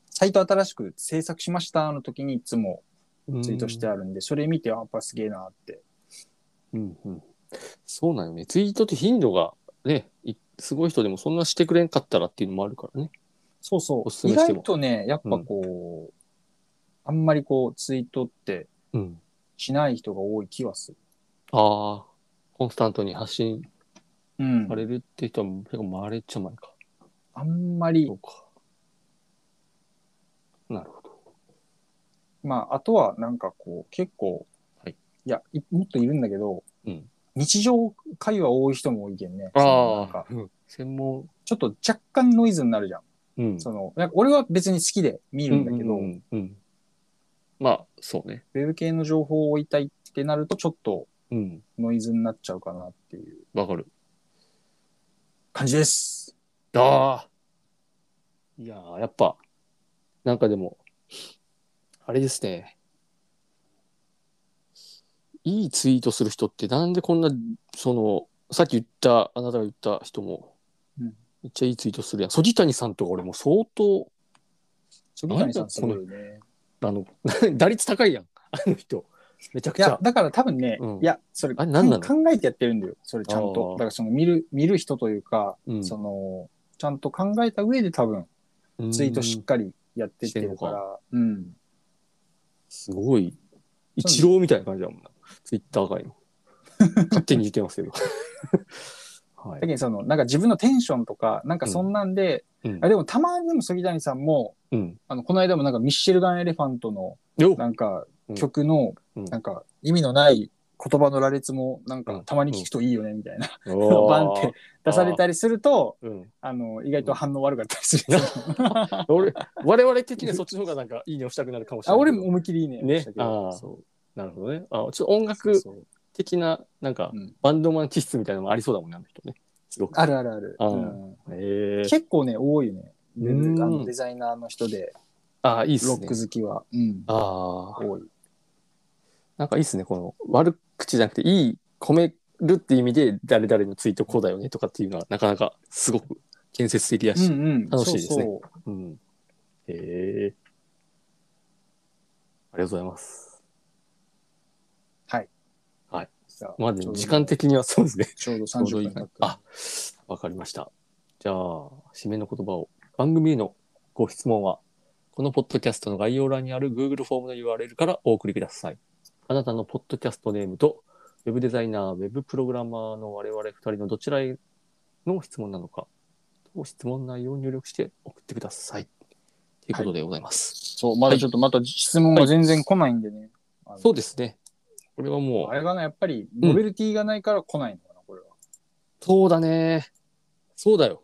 Speaker 2: サイト新しく制作しましたの時にいつもツイートして
Speaker 1: う
Speaker 2: あるんで、それ見て、あやっぱすげえなって。
Speaker 1: ーん。うんうん。そうなのね。ツイートって頻度がね、いすごい人でもそんなしてくれんかったらっていうのもあるからね。
Speaker 2: そうそ
Speaker 1: おすす
Speaker 2: う。
Speaker 1: め
Speaker 2: 意
Speaker 1: しても
Speaker 2: 外とね、やっぱこう、あんまりこう、ツイートって
Speaker 1: うん。
Speaker 2: しない人が多い気はする。
Speaker 1: ああ。コンスタントに発信
Speaker 2: うん
Speaker 1: さ。れるって人は、結構まれっちゃまれか。
Speaker 2: あんまり
Speaker 1: そ、うか。なるほど。
Speaker 2: まあ、あとはなんかこう、結構、
Speaker 1: はい、
Speaker 2: やいもっといるんだけど、
Speaker 1: うん
Speaker 2: 日常会話多い人も多いけんね。そのなん
Speaker 1: ああ
Speaker 2: か。
Speaker 1: うん専門。
Speaker 2: ちょっと若干ノイズになるじゃん。
Speaker 1: うん。
Speaker 2: その、なんか俺は別に好きで見るんだけど、
Speaker 1: うんうんうんうんまあ、そうね。
Speaker 2: ウェブ系の情報を追いたいってなると、ちょっと
Speaker 1: うん。
Speaker 2: ノイズになっちゃうかなっていう
Speaker 1: わかる。
Speaker 2: 感じです。
Speaker 1: ああ。いやー、やっぱ、なんかでも、あれですね。いいツイートする人って、なんでこんな、その、さっき言った、あなたが言った人も、
Speaker 2: うん
Speaker 1: めっちゃいいツイートするやん。ソジタニさんとか俺も相当、
Speaker 2: 杉谷さんすごいよね。
Speaker 1: あの、 打率高いやん。あの人。めちゃく
Speaker 2: い
Speaker 1: ちゃ
Speaker 2: や。、だから多分ね、
Speaker 1: うん
Speaker 2: いや、それ、
Speaker 1: あれ何なの
Speaker 2: か考えてやってるんだよ、それちゃん
Speaker 1: あ
Speaker 2: と
Speaker 1: ー。
Speaker 2: だからその見る、見る人というか、
Speaker 1: うん
Speaker 2: その、ちゃんと考えた上で多分、ツイートしっかりやってってるか
Speaker 1: う
Speaker 2: ら、うん。
Speaker 1: すごい。一郎みたいな感じだもんな。ツイッター界の。勝手に言ってますけ ど。は
Speaker 2: だ
Speaker 1: い
Speaker 2: け。どその、なんか自分のテンションとか、なんかそんなんで、
Speaker 1: うん
Speaker 2: あでもたまにでも杉谷さんも、
Speaker 1: うん。
Speaker 2: あの、この間もなんかミッシェルガン・エレファントの、
Speaker 1: よ
Speaker 2: なんか
Speaker 1: うん
Speaker 2: 曲の、
Speaker 1: うん
Speaker 2: なんか意味のない言葉の羅列も、なん
Speaker 1: う
Speaker 2: か
Speaker 1: ん
Speaker 2: たまに聞くといいよね、みたいな、
Speaker 1: おー
Speaker 2: バンって出されたりすると、
Speaker 1: うん。
Speaker 2: あの、意外と反応悪かったりする。
Speaker 1: 俺、我々的にはそっちの方がなんかいいね押したくなるかもしれ
Speaker 2: あ
Speaker 1: ないけ
Speaker 2: 俺
Speaker 1: ど。
Speaker 2: も思いっきりいいね。
Speaker 1: ね
Speaker 2: したけど
Speaker 1: あー
Speaker 2: そう
Speaker 1: なるほどね。あ、ちょっと音
Speaker 2: そう
Speaker 1: 楽
Speaker 2: そう
Speaker 1: 的な、なんか
Speaker 2: うん
Speaker 1: バンドマン気質みたいなのもありそうだもんね、あの人ね。すごく。
Speaker 2: あるあるある。
Speaker 1: あー
Speaker 2: うん
Speaker 1: へえ。
Speaker 2: 結構ね、多いよね。で
Speaker 1: うん
Speaker 2: あのデザイナーの人で、
Speaker 1: あ、いいっす
Speaker 2: ロ
Speaker 1: ね
Speaker 2: ッ。ク好きは。うん
Speaker 1: ああ。
Speaker 2: 多い。
Speaker 1: なんかいいっすね、この悪口じゃなくて、いい、褒めるって意味で、誰々のツイートこうだよねとかっていうのは、なかなかすごく建設的だ
Speaker 2: う
Speaker 1: し。
Speaker 2: んうん。
Speaker 1: 楽しいですね
Speaker 2: そうそう
Speaker 1: うん。へえ。ありがとうございます。
Speaker 2: さあ
Speaker 1: まあ、で
Speaker 2: ちょ
Speaker 1: も
Speaker 2: うど
Speaker 1: 時間的にはそうですね。
Speaker 2: ちょうど
Speaker 1: ちょうど
Speaker 2: 30
Speaker 1: い
Speaker 2: 分
Speaker 1: いか
Speaker 2: 経
Speaker 1: な
Speaker 2: っ。
Speaker 1: あ
Speaker 2: た。、
Speaker 1: わかりました。じゃあ、締めの言葉を。番組へのご質問は、このポッドキャストの概要欄にある Google フォームの URL からお送りください。あなたのポッドキャストネームと、ウェブデザイナー、ウェブプログラマーの我々2人のどちらへの質問なのか、と質問内容を入力して送ってください。ということでございます。
Speaker 2: そう、まだちょっとまた質問が全然来ないんでね。あの
Speaker 1: そうですね。これはもう
Speaker 2: あ、れがな、やっぱりノベルティがないから来ないのかな、これは。
Speaker 1: そうだね。そうだよ。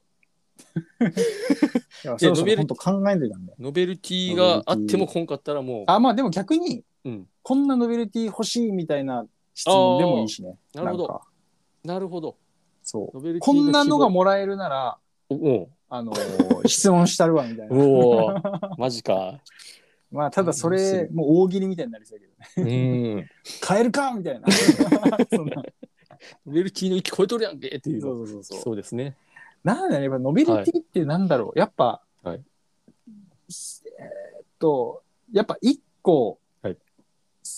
Speaker 2: いや、そう
Speaker 1: ノ
Speaker 2: そ
Speaker 1: ベ
Speaker 2: う、
Speaker 1: ル
Speaker 2: 本当考えてたんだよ。
Speaker 1: ノベルティがあってもこんかったらも
Speaker 2: あ、まあでも逆に、
Speaker 1: う。うん。
Speaker 2: こんなノベルティ欲しいみたいな質問でもいいしね。
Speaker 1: なるほ
Speaker 2: ん
Speaker 1: ど。
Speaker 2: か。
Speaker 1: なるほど。
Speaker 2: そう。
Speaker 1: ノベルティ
Speaker 2: こんなのが
Speaker 1: も
Speaker 2: もらえるなら、
Speaker 1: う。お
Speaker 2: あのー質問したるわみたいな。
Speaker 1: おうお。マジか。
Speaker 2: まあただそ
Speaker 1: 面白
Speaker 2: れ
Speaker 1: い
Speaker 2: もう大喜利みたいになりそうだ けどね。
Speaker 1: うん。
Speaker 2: 買えるかみたいな。そんな
Speaker 1: ノベルティの域超えとるやんけっていう
Speaker 2: そ
Speaker 1: の。
Speaker 2: うそうそうそ。
Speaker 1: そううですね。
Speaker 2: なんだろうやっぱノベルティってなんだろう、やっぱ、
Speaker 1: はい
Speaker 2: えーっとやっぱ1個、
Speaker 1: はい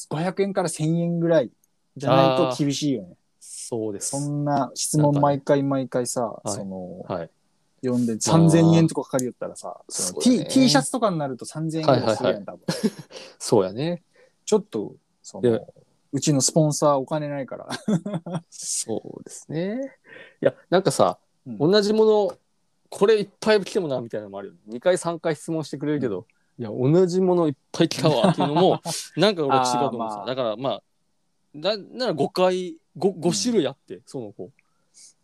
Speaker 2: 500円から1000円ぐらいじゃないと厳しいよね。
Speaker 1: そうです。
Speaker 2: そんな質問毎回毎回さ、
Speaker 1: い
Speaker 2: その、
Speaker 1: はい。
Speaker 2: 読んで3000円とかかかりよったらさ、そ
Speaker 1: そ
Speaker 2: の
Speaker 1: う
Speaker 2: T,
Speaker 1: だね
Speaker 2: T シャツとかになると3000円ぐらいするやん、多分。
Speaker 1: そうやね。
Speaker 2: ちょっと、そ
Speaker 1: で
Speaker 2: の、うちのスポンサーお金ないから。
Speaker 1: そうですね。いや、なんかさ、
Speaker 2: うん
Speaker 1: 同じもの、これいっぱい来てもな、みたいなのもあるよね。2回、3回質問してくれるけど、いや、同じものいっぱい来たわ、っていうの も、なんか俺違うと思う
Speaker 2: あーま
Speaker 1: さ。
Speaker 2: あ
Speaker 1: だから、まあ、ななら5回、5, 5種類あって、その子。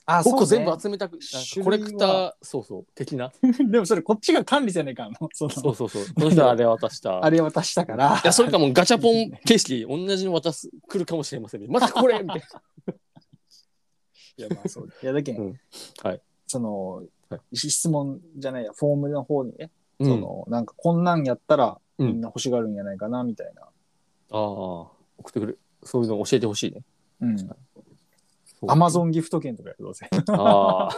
Speaker 2: あ
Speaker 1: 5個
Speaker 2: そう
Speaker 1: 全
Speaker 2: ね
Speaker 1: 部集めたく、なんか
Speaker 2: 種類は
Speaker 1: コレクター、そうそう、的な。
Speaker 2: でもそれこっちが管理じゃねえかの。その
Speaker 1: そうそうそう。その人はあれ渡した。
Speaker 2: あれ渡したから。
Speaker 1: いや、それかもうガチャポン形式、同じの渡す、来るかもしれませんね。またこれみたいな。
Speaker 2: いや、まあそう。いや、だけん、
Speaker 1: うんはい
Speaker 2: その、
Speaker 1: は
Speaker 2: 質問じゃないや、フォームの方にね、
Speaker 1: うん
Speaker 2: その、なんかこんなんやったら、
Speaker 1: うん
Speaker 2: みんな欲しがるんじゃないかな、みたいな。
Speaker 1: ああ、送ってくる。そういうの教えてほしいね。
Speaker 2: うん。
Speaker 1: そう
Speaker 2: アマゾンギフト券とかやるどうせ。
Speaker 1: あ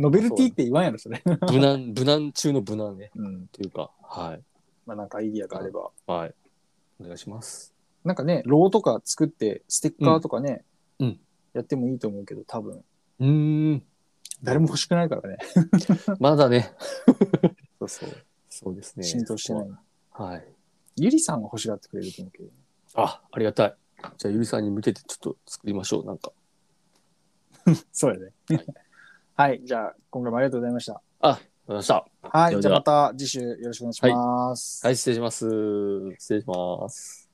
Speaker 2: ノベルティって言わんやろ、それ。
Speaker 1: あ、無難、無難中の無難ね。
Speaker 2: うん。
Speaker 1: というか、はい。
Speaker 2: まあなんかアイディアがあれば。
Speaker 1: はい。お願いします。
Speaker 2: なんかね、ローとか作って、ステッカーとかね、
Speaker 1: うんうん
Speaker 2: やってもいいと思うけど、多分、
Speaker 1: うーん、
Speaker 2: 誰も欲しくないからね。
Speaker 1: まだね。
Speaker 2: そうそう。
Speaker 1: そうですね。
Speaker 2: 浸透してない。
Speaker 1: はい。
Speaker 2: ゆりさんは欲しがってくれると思うけど。
Speaker 1: あ、ありがたい。じゃあ、ゆりさんに向けてちょっと作りましょう。なんか。
Speaker 2: そうやね。 はい、じゃあ、今回もありがとうございました。
Speaker 1: あ、わかりました。
Speaker 2: は
Speaker 1: で
Speaker 2: い、
Speaker 1: は
Speaker 2: じゃあ
Speaker 1: で
Speaker 2: また次週よろしくお願いします。
Speaker 1: はい、失礼します。失礼します。